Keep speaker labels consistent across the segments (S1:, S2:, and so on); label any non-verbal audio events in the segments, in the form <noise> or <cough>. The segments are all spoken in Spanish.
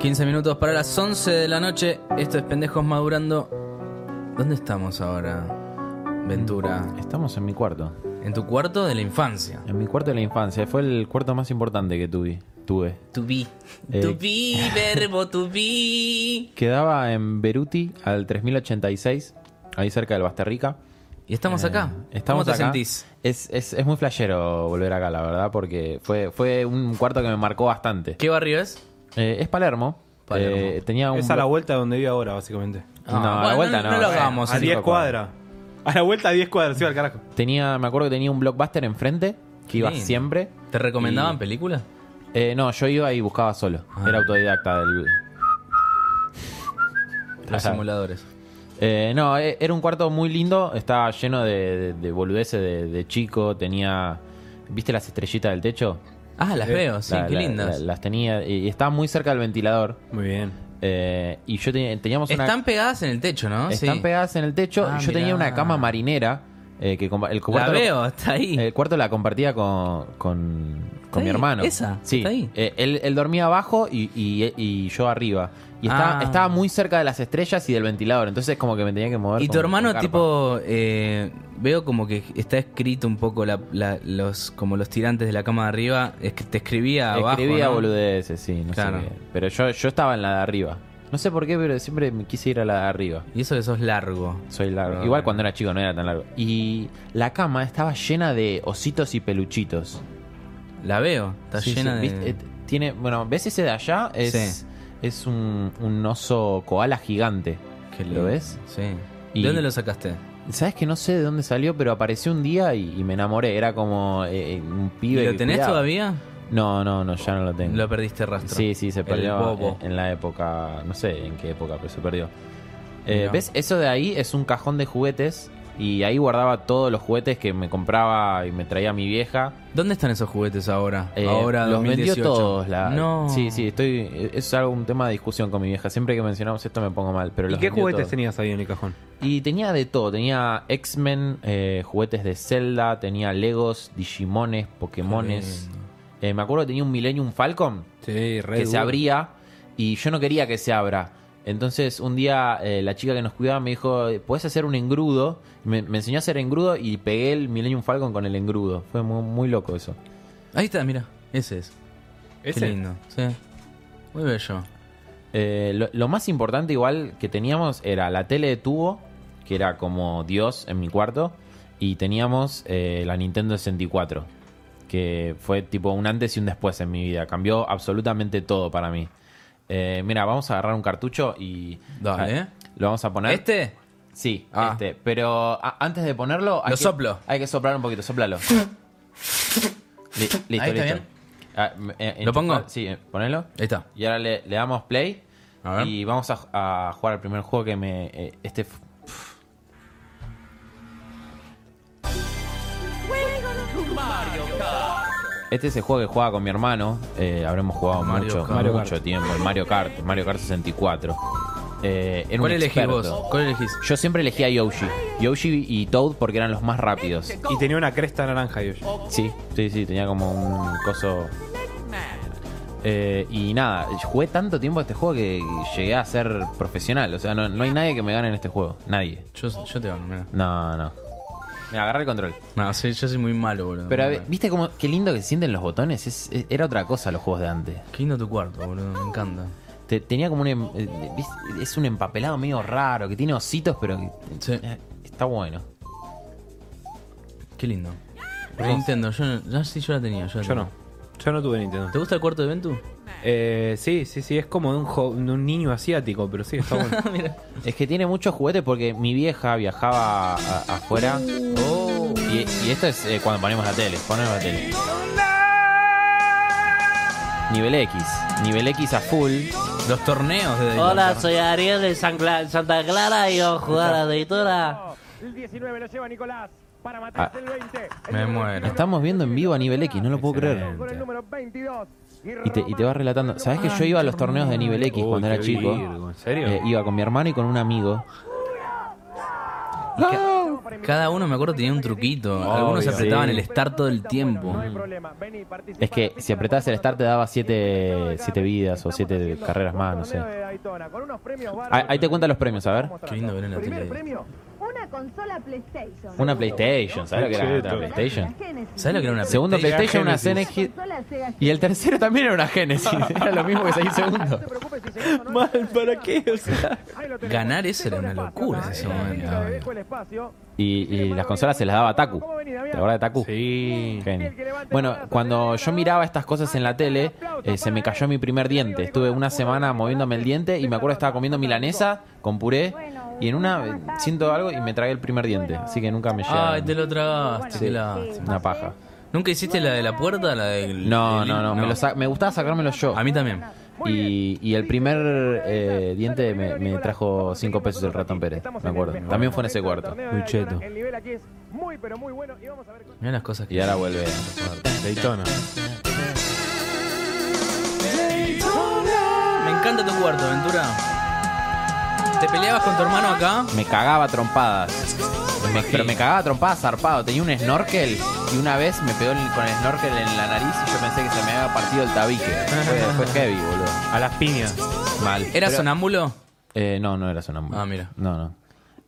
S1: 15 minutos para las 11 de la noche. Esto es Pendejos Madurando. ¿Dónde estamos ahora, Ventura?
S2: Estamos en mi cuarto.
S1: En tu cuarto de la infancia.
S2: En mi cuarto de la infancia. Fue el cuarto más importante que tuve. tuve.
S1: To be.
S2: Eh.
S1: To be, verbo to <laughs> be.
S2: Quedaba en Beruti al 3086, ahí cerca del Basterrica.
S1: Y estamos acá.
S2: Eh, Estamos
S1: Ah, ¿Cómo te
S2: acá.
S1: sentís?
S2: Es, es- es muy flashero volver acá, la verdad, porque fue, fue un cuarto que me marcó bastante.
S1: ¿Qué barrio es?
S2: Eh, es Palermo.
S1: Palermo. Ah,
S2: Eh, tenía un
S3: Es a la
S2: blo-
S3: vuelta donde vive ahora, básicamente.
S2: No, a la
S1: bueno,
S2: vuelta no.
S1: lo
S2: Eh,
S1: hagamos.
S3: a
S1: sí.
S3: 10 cuadras. A la vuelta a 10 cuadras, sí, al carajo.
S2: tenía, me acuerdo que tenía un blockbuster enfrente, que iba
S1: Lindo.
S2: siempre.
S1: ¿Te recomendaban
S2: Y-
S1: películas?
S2: Eh, no, yo iba y buscaba solo.
S1: Ah.
S2: Era autodidacta del.
S1: Los
S2: Ajá.
S1: simuladores.
S2: Eh, no, e- era un cuarto muy lindo, estaba lleno de, de, de boludeces de, de chico, tenía... ¿Viste las estrellitas del techo?
S1: Ah, las veo, sí,
S2: Eh, La-
S1: qué
S2: la-
S1: lindas.
S2: la- las tenía y, y estaba muy cerca del ventilador.
S3: Muy bien.
S2: eh, y yo tenía, teníamos una...
S1: Están pegadas en el techo, ¿no?
S2: están
S1: Sí.
S2: pegadas en el techo.
S1: Ah,
S2: y yo tenía
S1: mirá.
S2: una cama marinera eh, que compa- el
S1: La
S2: cuarto... Eh, lo-
S1: veo, está ahí.
S2: el cuarto la compartía con, con, con mi
S1: ahí,
S2: hermano.
S1: esa,
S2: sí.
S1: está ahí.
S2: Eh, él, él dormía abajo y, y- y yo arriba. Y estaba,
S1: Ah.
S2: estaba muy cerca de las estrellas y del ventilador. Entonces como que me tenía que mover.
S1: Y tu
S2: como con
S1: hermano,
S2: carpa.
S1: tipo, eh, veo como que está escrito un poco la- la- los, como los tirantes de la cama de arriba, es que te escribía abajo.
S2: Escribía
S1: ¿no?
S2: boludeces, sí, no
S1: Claro.
S2: sé. qué. Pero yo, yo estaba en la de arriba. No sé por qué, pero siempre me quise ir a la de arriba.
S1: Y eso que sos largo.
S2: Soy largo.
S1: Ah.
S2: Igual cuando era chico no era tan largo. Y la cama estaba llena de ositos y peluchitos.
S1: La veo, está
S2: Sí,
S1: llena
S2: sí,
S1: de.
S2: ¿viste? Eh, Tiene, bueno, ¿ves ese de allá? Es,
S1: Sí.
S2: es un, un oso koala gigante.
S1: Qué lindo.
S2: ¿Lo ves?
S1: Sí.
S2: Y-
S1: ¿De dónde lo sacaste?
S2: Sabes que no sé de dónde salió, pero apareció un día y, y me enamoré. Era como eh, eh, un
S1: ¿Y
S2: pibe.
S1: lo
S2: que
S1: tenés
S2: cuidaba.
S1: todavía?
S2: No, no, no, ya no lo tengo.
S1: Lo perdiste rastro.
S2: Sí, sí, se
S1: El
S2: perdió eh,
S1: bobo.
S2: en, en la época, no sé en qué época, pero se perdió. Eh,
S1: Mirá.
S2: ¿Ves? Eso de ahí es un cajón de juguetes y ahí guardaba todos los juguetes que me compraba y me traía mi vieja.
S1: ¿Dónde están esos juguetes ahora?
S2: Eh,
S1: ahora,
S2: los
S1: 2018.
S2: vendió todos. La...
S1: No.
S2: Sí, sí, estoy, eh, es algo un tema de discusión con mi vieja. Siempre que mencionamos esto me pongo mal. Pero
S3: ¿Y
S2: los
S3: qué
S2: vendió
S3: juguetes
S2: todos.
S3: tenías ahí en el cajón?
S2: Y tenía de todo. Tenía X-Men, eh, juguetes de Zelda, tenía Legos, Digimones, Pokémones. Eh, me acuerdo que tenía un Millennium Falcon
S3: Sí, re
S2: que se abría y yo no quería que se abra. Entonces un día eh, la chica que nos cuidaba me dijo, ¿puedes hacer un engrudo? Me, me enseñó a hacer engrudo y pegué el Millennium Falcon con el engrudo. Fue muy, muy loco eso.
S1: Ahí está, mira. Ese es.
S3: ¿Ese?
S1: Qué lindo. Sí. Muy bello.
S2: Eh, lo, lo más importante igual que teníamos era la tele de tubo, que era como Dios en mi cuarto, y teníamos eh, la Nintendo 64, que fue tipo un antes y un después en mi vida. Cambió absolutamente todo para mí. Eh, mira, vamos a agarrar un cartucho y...
S1: Dale.
S2: Lo vamos a poner.
S1: ¿Este?
S2: Sí,
S1: Ah.
S2: este. Pero a- antes de ponerlo.
S1: Lo soplo.
S2: Hay que soplar un
S1: <laughs>
S2: poquito, soplalo. listo, listo.
S1: está bien.
S2: Ah, me- eh,
S1: ¿Lo
S2: enchufa-
S1: pongo?
S2: Sí, eh, ponelo.
S1: Ahí está.
S2: Y ahora le, le damos play.
S1: A ver.
S2: Y vamos a, a jugar el primer juego que me. eh, este. f- Este es el juego que jugaba con mi hermano. eh, habremos jugado
S1: Mario
S2: mucho,
S1: Kart.
S3: Mario
S2: mucho
S3: Kart.
S2: tiempo. El Mario Kart, el Mario Kart 64. Eh, era un
S1: ¿Cuál elegís
S2: experto.
S1: vos? ¿Cuál elegís?
S2: Yo siempre elegía a Yoshi. Yoshi y Toad porque eran los más rápidos.
S3: Y tenía una cresta naranja, Yoshi.
S2: Sí, sí, sí, tenía como un coso. Eh, y nada, jugué tanto tiempo a este juego que llegué a ser profesional. O sea, no, no hay nadie que me gane en este juego. Nadie.
S1: Yo, yo te gano, mira.
S2: No, no. Me agarré el control.
S1: No, sí, yo soy muy malo, boludo.
S2: Pero a
S1: Muy
S2: ver,
S1: malo.
S2: viste cómo qué lindo que se sienten los botones. Es- es- era otra cosa los juegos de antes.
S1: Qué lindo tu cuarto, boludo. Me encanta.
S2: Te- tenía como un. em- eh, ¿viste? Es un empapelado medio raro que tiene ositos, pero. que-
S1: Sí.
S2: eh, Está bueno.
S1: Qué lindo. Nintendo, yo no- ya sí yo la tenía. Yo, la
S3: Yo
S1: tenía.
S3: no. Yo no tuve Nintendo.
S1: ¿Te gusta el cuarto de Ventu?
S3: Eh, sí, sí, sí. Es como de un, jo- de un niño asiático, pero sí, está bueno.
S1: mira.
S2: Es que tiene muchos juguetes porque mi vieja viajaba a- afuera.
S3: Oh.
S2: Y, y esto es eh, cuando ponemos la tele. Ponemos la tele. Nivel X. Nivel X a full.
S1: Los torneos de
S4: Hola, soy Ariel de San Cla- Santa Clara y yo juego a la editora.
S5: El 19 lo lleva Nicolás para
S2: matarse
S5: el 20.
S1: Ah, Me muero.
S2: Estamos viendo en vivo a Nivel X, no lo puedo creer.
S5: el número 22.
S2: Y te, y te vas relatando. ¿Sabes que yo iba a los torneos de Nivel X
S3: Uy,
S2: cuando era
S3: qué
S2: chico?
S3: virgo, ¿en serio?
S2: Eh, iba con mi hermano y con un amigo.
S1: Cada uno, me acuerdo, tenía un truquito. Algunos
S2: Obvio,
S1: apretaban
S2: sí.
S1: el start todo el tiempo.
S5: No hay problema. Vení, participa.
S2: Es que si apretabas el start te daba siete, siete vidas o siete carreras más, no sé.
S5: Torneo de Daytona, con unos premios
S2: Ahí,
S5: bárbaros.
S2: ahí te cuentan los premios, a ver.
S1: Qué lindo ver en la
S5: Primer
S1: tele.
S5: premio,
S6: Una consola PlayStation.
S2: Una PlayStation, ¿sabes lo que era una PlayStation?
S1: ¿Sabes lo que era una
S2: Segundo
S1: PlayStation?
S2: PlayStation, una CNG. Y el tercero también era una Genesis. <laughs> Era lo mismo que salir
S5: no
S2: segundo.
S5: te preocupes
S2: <laughs>
S5: si seguimos, no
S3: Mal, ¿para qué? O sea,
S5: Ahí lo tenemos.
S1: Ganar eso era una
S5: Dejo el espacio,
S1: locura
S5: ¿no?
S1: en ese
S5: Esta es la
S1: momento.
S5: técnica de dejo el espacio.
S2: Y, y las consolas se las daba Taku. ¿Te acordás de Taku?
S3: sí.
S2: Genio. Bueno, cuando yo miraba estas cosas en la tele, eh, se me cayó mi primer diente. Estuve una semana moviéndome el diente y me acuerdo que estaba comiendo milanesa con puré y en una eh, siento algo y me tragué el primer diente. Así que nunca me llega.
S1: Ay, te lo tragaste.
S2: Sí,
S1: qué lástima.
S2: una paja.
S1: ¿Nunca hiciste la de la puerta? La del,
S2: No,
S1: del-
S2: no, no. Me, lo sa- me gustaba sacármelo yo.
S1: A mí también.
S2: Y, y el primer eh, diente me, me trajo 5 pesos el ratón Pérez, me acuerdo. También fue en ese cuarto.
S5: Muy
S3: cheto.
S5: El nivel aquí es muy, pero muy bueno. Y vamos a ver.
S1: Mirá las cosas que.
S2: Y ahora vuelve.
S3: Daytona.
S1: Me encanta tu cuarto, Ventura. ¿Te peleabas con tu hermano acá?
S2: Me cagaba a trompadas. Me- pero me cagaba a trompadas zarpado. Tenía un snorkel y una vez me pegó en- con el snorkel en la nariz y yo pensé que se me había partido el tabique. Fue, fue heavy, boludo.
S3: A las piñas.
S2: Mal.
S1: ¿Era
S2: Pero-
S1: sonámbulo?
S2: Eh, no, no era sonámbulo.
S1: Ah, mira.
S2: No, no.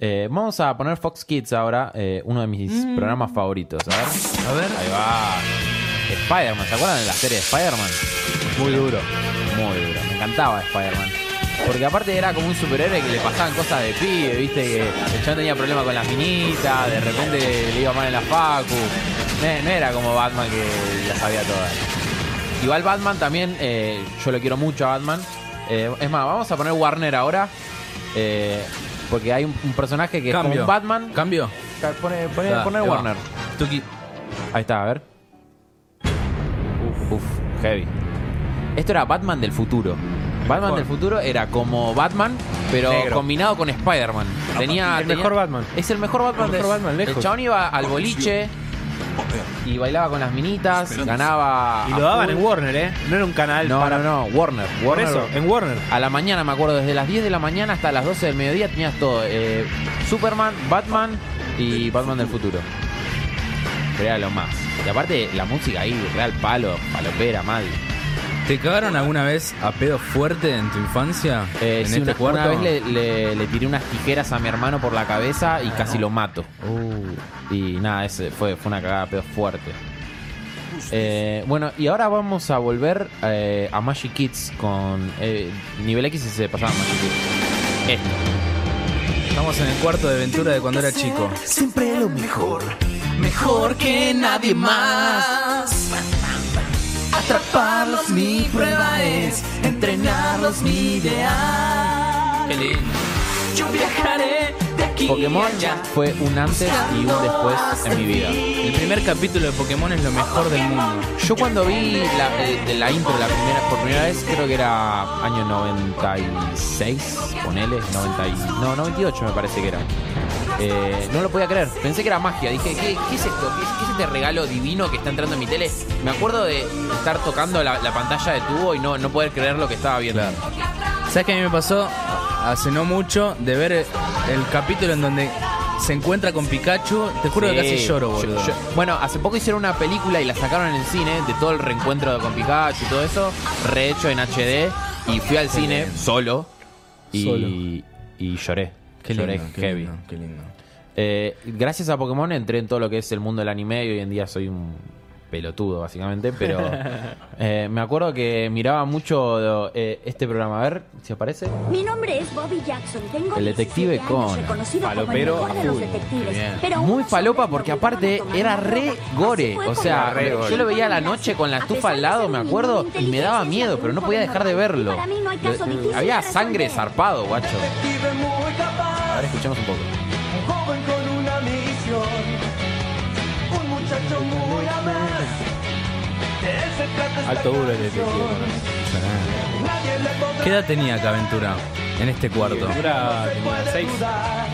S2: Eh, vamos a poner Fox Kids ahora, eh, uno de mis programas favoritos. A ver.
S1: A ver.
S2: Ahí va. Spider-Man, ¿se acuerdan de la serie de Spider-Man?
S3: Muy duro.
S2: Muy dura, me encantaba Spider-Man. Porque aparte era como un superhéroe que le pasaban cosas de pibe, viste, que el chabón tenía problemas con las minitas, de repente le iba mal en la facu. No, no era como Batman que las sabía todas. Igual Batman también, eh, yo lo quiero mucho a Batman. Eh, es más, vamos a poner Warner ahora. eh, porque hay un, un personaje que es como
S1: Cambio.
S2: un Batman.
S1: Cambio.
S2: Ca- Pone, pone-
S1: Da,
S2: pone
S1: ahí va.
S2: Warner.
S1: Tuki.
S2: Ahí está, a ver. Uf, heavy. Esto era Batman del futuro. Batman
S3: mejor.
S2: del futuro era como Batman, pero
S3: Negro.
S2: combinado con Spider-Man. Tenía,
S3: El
S2: tenía-
S3: mejor Batman.
S2: Es el mejor Batman.
S3: El mejor
S2: de-
S3: Batman, lejos.
S2: El chabón iba al boliche y bailaba con las minitas, ganaba.
S3: Y
S2: a
S3: lo daban
S2: full.
S3: en Warner, ¿eh? No era un canal
S2: No,
S3: para...
S2: no, no, Warner.
S3: Por
S2: Warner
S3: eso, en Warner.
S2: a la mañana, me acuerdo, desde las 10 de la mañana hasta las 12 del mediodía tenías todo. eh, Superman, Batman y Batman del futuro. Pero era lo más. Y aparte, la música ahí, real palo, palopera, mal.
S1: ¿Te cagaron alguna vez a pedo fuerte en tu infancia?
S2: Eh,
S1: en
S2: sí,
S1: este
S2: una,
S1: cuarto.
S2: una vez le, le- le tiré unas tijeras a mi hermano por la cabeza y casi lo mato. Y nada, ese fue, fue una cagada, pero fuerte. Eh, bueno, y ahora vamos a volver eh, a Magic Kids con eh, nivel X y se pasaba Magic Kids. Esto.
S1: Estamos en el cuarto de aventura de cuando era chico.
S7: Siempre lo mejor, mejor que nadie más. Atraparlos mi prueba es, entrenarlos mi ideal.
S1: Qué lindo.
S7: Yo viajaré de aquí
S2: Pokémon
S7: allá.
S2: fue un antes y un después en mi vida.
S1: El primer capítulo de Pokémon es lo mejor del mundo.
S2: Yo cuando vi la, eh, de la intro la primera, por primera vez, creo que era año 96, ponele, 90 y- no, 98 me parece que era. Eh, no lo podía creer, pensé que era magia, dije, ¿qué, qué es esto? ¿Qué es, qué es este regalo divino que está entrando en mi tele? Me acuerdo de estar tocando la, la pantalla de tubo y no, no poder creer lo que estaba viendo.
S1: ¿Sabes qué a mí me pasó hace no mucho de ver el capítulo en donde se encuentra con Pikachu? Te juro que
S2: Sí,
S1: casi lloro,
S2: yo-
S1: boludo.
S2: yo- bueno, hace poco hicieron una película y la sacaron en el cine de todo el reencuentro con Pikachu y todo eso, rehecho en HD y fui al cine solo y,
S1: Solo.
S2: y lloré.
S1: Qué
S2: lloré
S1: lindo, qué
S2: heavy.
S1: lindo, qué lindo.
S2: Eh, gracias a Pokémon entré en todo lo que es el mundo del anime y hoy en día soy un pelotudo básicamente, pero
S1: <laughs>
S2: eh, me acuerdo que miraba mucho eh, este programa. A ver si aparece.
S6: Mi nombre es Bobby Jackson. Tengo
S2: El detective
S6: 17 años,
S2: Conan.
S6: reconocido como el
S3: Palopero
S6: mejor de
S3: a
S6: los
S3: full.
S6: detectives,
S1: Bien.
S6: pero
S2: Muy
S6: un
S2: paloma
S6: hombre
S2: porque
S6: obligado a
S2: aparte
S6: tomar
S2: era
S6: una
S2: re
S6: droga. Así
S2: gore.
S6: fue
S2: O
S6: como
S2: sea,
S6: la
S3: re gore.
S2: yo lo veía a la
S6: Jackson,
S2: noche con la
S6: a
S2: estufa
S6: pesar
S2: al
S6: de
S2: lado,
S6: ser
S2: me
S6: un
S2: acuerdo,
S6: niño
S2: y me daba
S6: inteligente,
S2: miedo, pero no podía dejar de verlo.
S6: Para mí no hay caso
S2: Lo-
S6: difícil
S2: Había
S6: de
S2: sangre
S6: resolver.
S2: zarpado, guacho.
S7: Vive muy capaz,
S2: A ver, escuchemos un poco.
S7: un joven con una misión. Un muchacho muy amable. De él se trata esta
S3: Alto duro el
S7: canción.
S3: detective.
S7: Nadie le podrá
S1: ¿Qué edad tenía acá Aventura en este cuarto?
S3: Dura, tenía 6,
S7: dudar.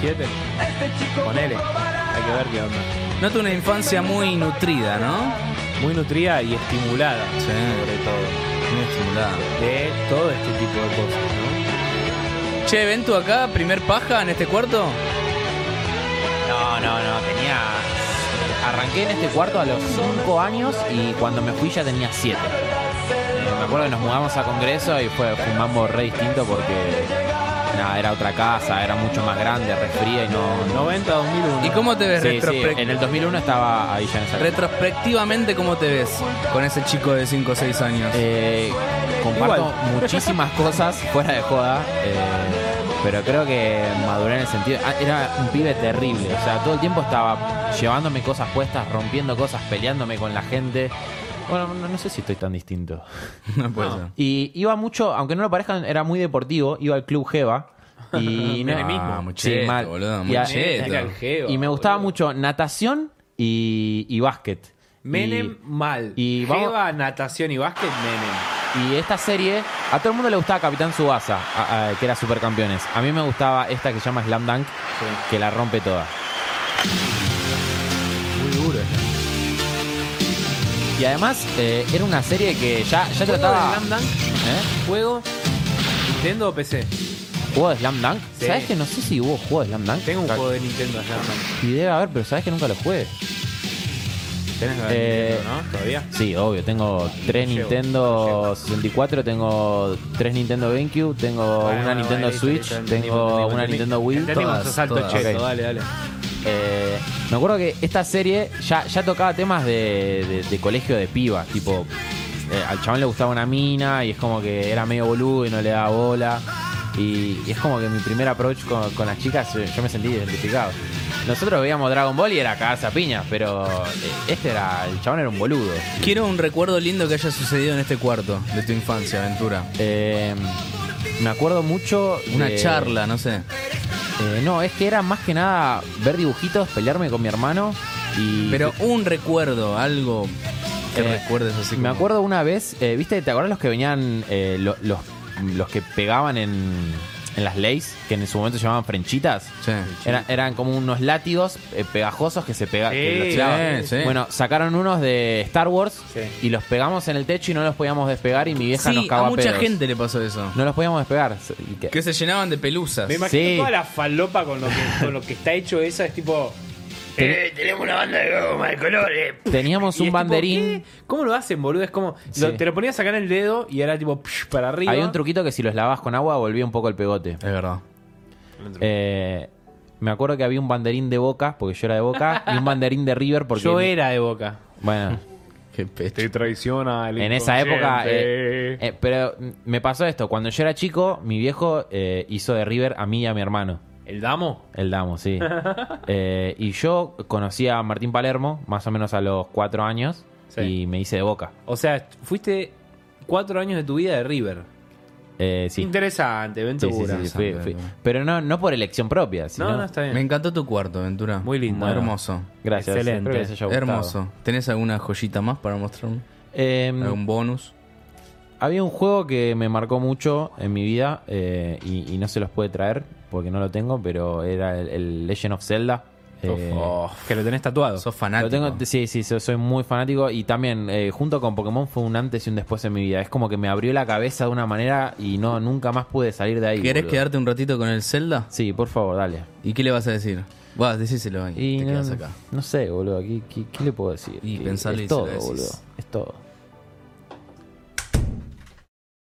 S3: 7.
S7: Este chico
S3: Ponele. Hay que ver qué onda.
S1: Noto una infancia muy nutrida, ¿no?
S3: Muy nutrida y estimulada.
S1: Sí.
S3: Sobre todo.
S1: Muy estimulada.
S3: De todo este tipo de cosas, ¿no?
S1: Che, ven tú acá, primer paja en este cuarto.
S2: No, arranqué en este cuarto a los 5 años y cuando me fui ya tenía 7. Me acuerdo que nos mudamos a Congreso y fue, fue un mambo re distinto porque nada, era otra casa, era mucho más grande, re fría y no... no
S3: 90, 2001.
S1: ¿Y cómo te ves
S2: Sí, sí,
S1: retrospec-
S2: en el 2001 estaba ahí ya en esa
S1: retrospectivamente? ¿Cómo te ves con ese chico de 5 o 6 años?
S2: Eh, comparto muchísimas cosas fuera de joda, eh, pero creo que maduré en el sentido. ah, Era un pibe terrible, o sea, todo el tiempo estaba llevándome cosas puestas, rompiendo cosas, peleándome con la gente. Bueno, no, no sé si estoy tan distinto.
S1: <laughs> no puede ser.
S2: Y iba mucho, aunque no lo parezcan, era muy deportivo, iba al Club
S1: <laughs>
S2: Jeva. Y no,
S1: Ah, muy cheto,
S2: Sí, mal.
S1: boludo, muy
S2: y, a-
S1: cheto.
S2: y me gustaba mucho natación y, y básquet.
S3: Menem,
S2: Y-
S3: mal.
S2: y
S3: Y
S2: vamos-
S3: natación y básquet, Menem.
S2: Y esta serie, a todo el mundo le gustaba Capitán Subasa, que era Supercampeones. A mí me gustaba esta que se llama Slam Dunk, que la rompe toda. Y además, eh, era una serie que ya, ya
S3: ¿Juego
S2: trataba.
S3: de Slam Dunk?
S2: ¿Eh?
S3: ¿Juego? ¿Nintendo o PC?
S2: ¿Juego de Slam Dunk?
S3: Sí.
S2: ¿Sabes que no sé si hubo juego de Slam Dunk?
S3: Tengo un
S2: Ca-
S3: juego de Nintendo Slam Dunk.
S2: Y debe haber, pero sabes que nunca lo jugué.
S3: Tenés la
S2: Eh,
S3: de Nintendo, ¿no? Todavía.
S2: Sí, obvio, tengo tres
S3: Llevo,
S2: Nintendo 64, tengo tres Nintendo GameCube, tengo
S3: Bueno,
S2: una
S3: bueno,
S2: Nintendo
S3: listo,
S2: Switch,
S3: listo, entendimos,
S2: tengo
S3: entendimos,
S2: una
S3: entendimos.
S2: Nintendo Wii.
S3: Entendimos,
S1: todas,
S3: sos alto
S1: todas.
S3: cheto,
S2: Ok.
S3: dale, dale.
S2: Eh, me acuerdo que esta serie ya, ya tocaba temas de, de- de colegio de pibas, tipo, eh, al chabón le gustaba una mina y es como que era medio boludo y no le daba bola. Y, y es como que mi primer approach con, con las chicas, eh, yo me sentí identificado. Nosotros veíamos Dragon Ball y era cagaza piña, pero eh, este era, el chabón era un boludo.
S1: Quiero un recuerdo lindo que haya sucedido en este cuarto de tu infancia, aventura.
S2: Eh, me acuerdo mucho.
S1: Una
S2: de-
S1: charla, no sé.
S2: eh, no, es que era más que nada ver dibujitos, pelearme con mi hermano y.
S1: Pero un recuerdo, algo que
S2: Eh,
S1: recuerdes así.
S2: Me
S3: Mm.
S1: como-
S2: acuerdo una vez, eh, ¿viste? ¿Te acuerdas los que venían, eh, lo- los, los que pegaban en, en las leyes, que en su momento se llamaban frenchitas?
S1: Sí.
S2: Era- eran como unos látigos eh, pegajosos que se pegaban.
S3: Sí,
S1: sí, sí.
S2: Bueno, sacaron unos de Star Wars
S3: Sí.
S2: y los pegamos en el techo y no los podíamos despegar y mi vieja nos
S1: Sí, a
S2: cagaba
S1: mucha
S2: pedos.
S1: gente le pasó eso.
S2: No los podíamos despegar. Se- y que-
S1: Que se llenaban de pelusas.
S3: Me imagino
S2: Sí.
S3: toda la falopa con lo, que, con lo que está hecho esa, es tipo...
S2: Ten-
S3: "Eh, tenemos una banda de goma de colores.
S2: Teníamos
S3: Y
S2: un
S3: es tipo,
S2: banderín.
S3: ¿qué? ¿Cómo lo hacen, boludo? Es como...
S2: Sí.
S3: lo- te lo ponías acá en el dedo y era tipo psh, para arriba.
S2: Había un truquito que si los lavabas con agua volvía un poco el pegote.
S1: Es verdad.
S2: Eh, me acuerdo que había un banderín de Boca, porque yo era de Boca, y un banderín de River porque...
S3: Yo era de boca. <laughs>
S2: Bueno,
S1: Qué pecho.
S5: traiciona el
S2: en esa época... eh, eh, pero me pasó esto. Cuando yo era chico, mi viejo eh, hizo de River a mí y a mi hermano.
S3: ¿El damo?
S2: El Damo,
S3: <laughs>
S2: sí. Eh, y yo conocí a Martín Palermo, más o menos a los cuatro años,
S3: Sí.
S2: y me hice de Boca.
S3: O sea, fuiste cuatro años de tu vida de River.
S2: Eh, sí.
S3: Interesante,
S2: Sí, sí,
S3: Ventura.
S2: sí, sí, fui- fui- Pero no, no por elección propia, sino...
S3: No, no, está bien.
S1: Me encantó tu cuarto, Aventura.
S3: Muy lindo.
S1: Hermoso.
S2: Gracias.
S3: Excelente.
S2: espero que les haya gustado.
S1: Hermoso. ¿Tenés alguna joyita más para mostrarme?
S2: Em,
S1: ¿Algún bonus?
S2: Había un juego que me marcó mucho en mi vida eh, y, y no se los puede traer porque no lo tengo, pero era el, el Legend of Zelda. Eh,
S3: Oh, que lo tenés tatuado.
S1: Sos
S2: lo
S1: fanático.
S2: tengo, sí, sí, so- soy muy fanático y también eh, junto con Pokémon fue un antes y un después en mi vida. Es como que me abrió la cabeza de una manera y no nunca más pude salir de ahí.
S1: ¿Querés
S2: boludo.
S1: quedarte un ratito con el Zelda?
S2: Sí, por favor, dale.
S1: ¿Y qué le vas a decir? Vas, decíselo ahí.
S2: Y
S1: te
S2: no,
S1: quedas acá.
S2: no sé, boludo, aquí- ¿qué, qué le puedo decir?
S1: Y
S2: Que
S1: pensalo y
S2: es
S1: se lo
S2: todo,
S1: decís.
S2: boludo, es todo.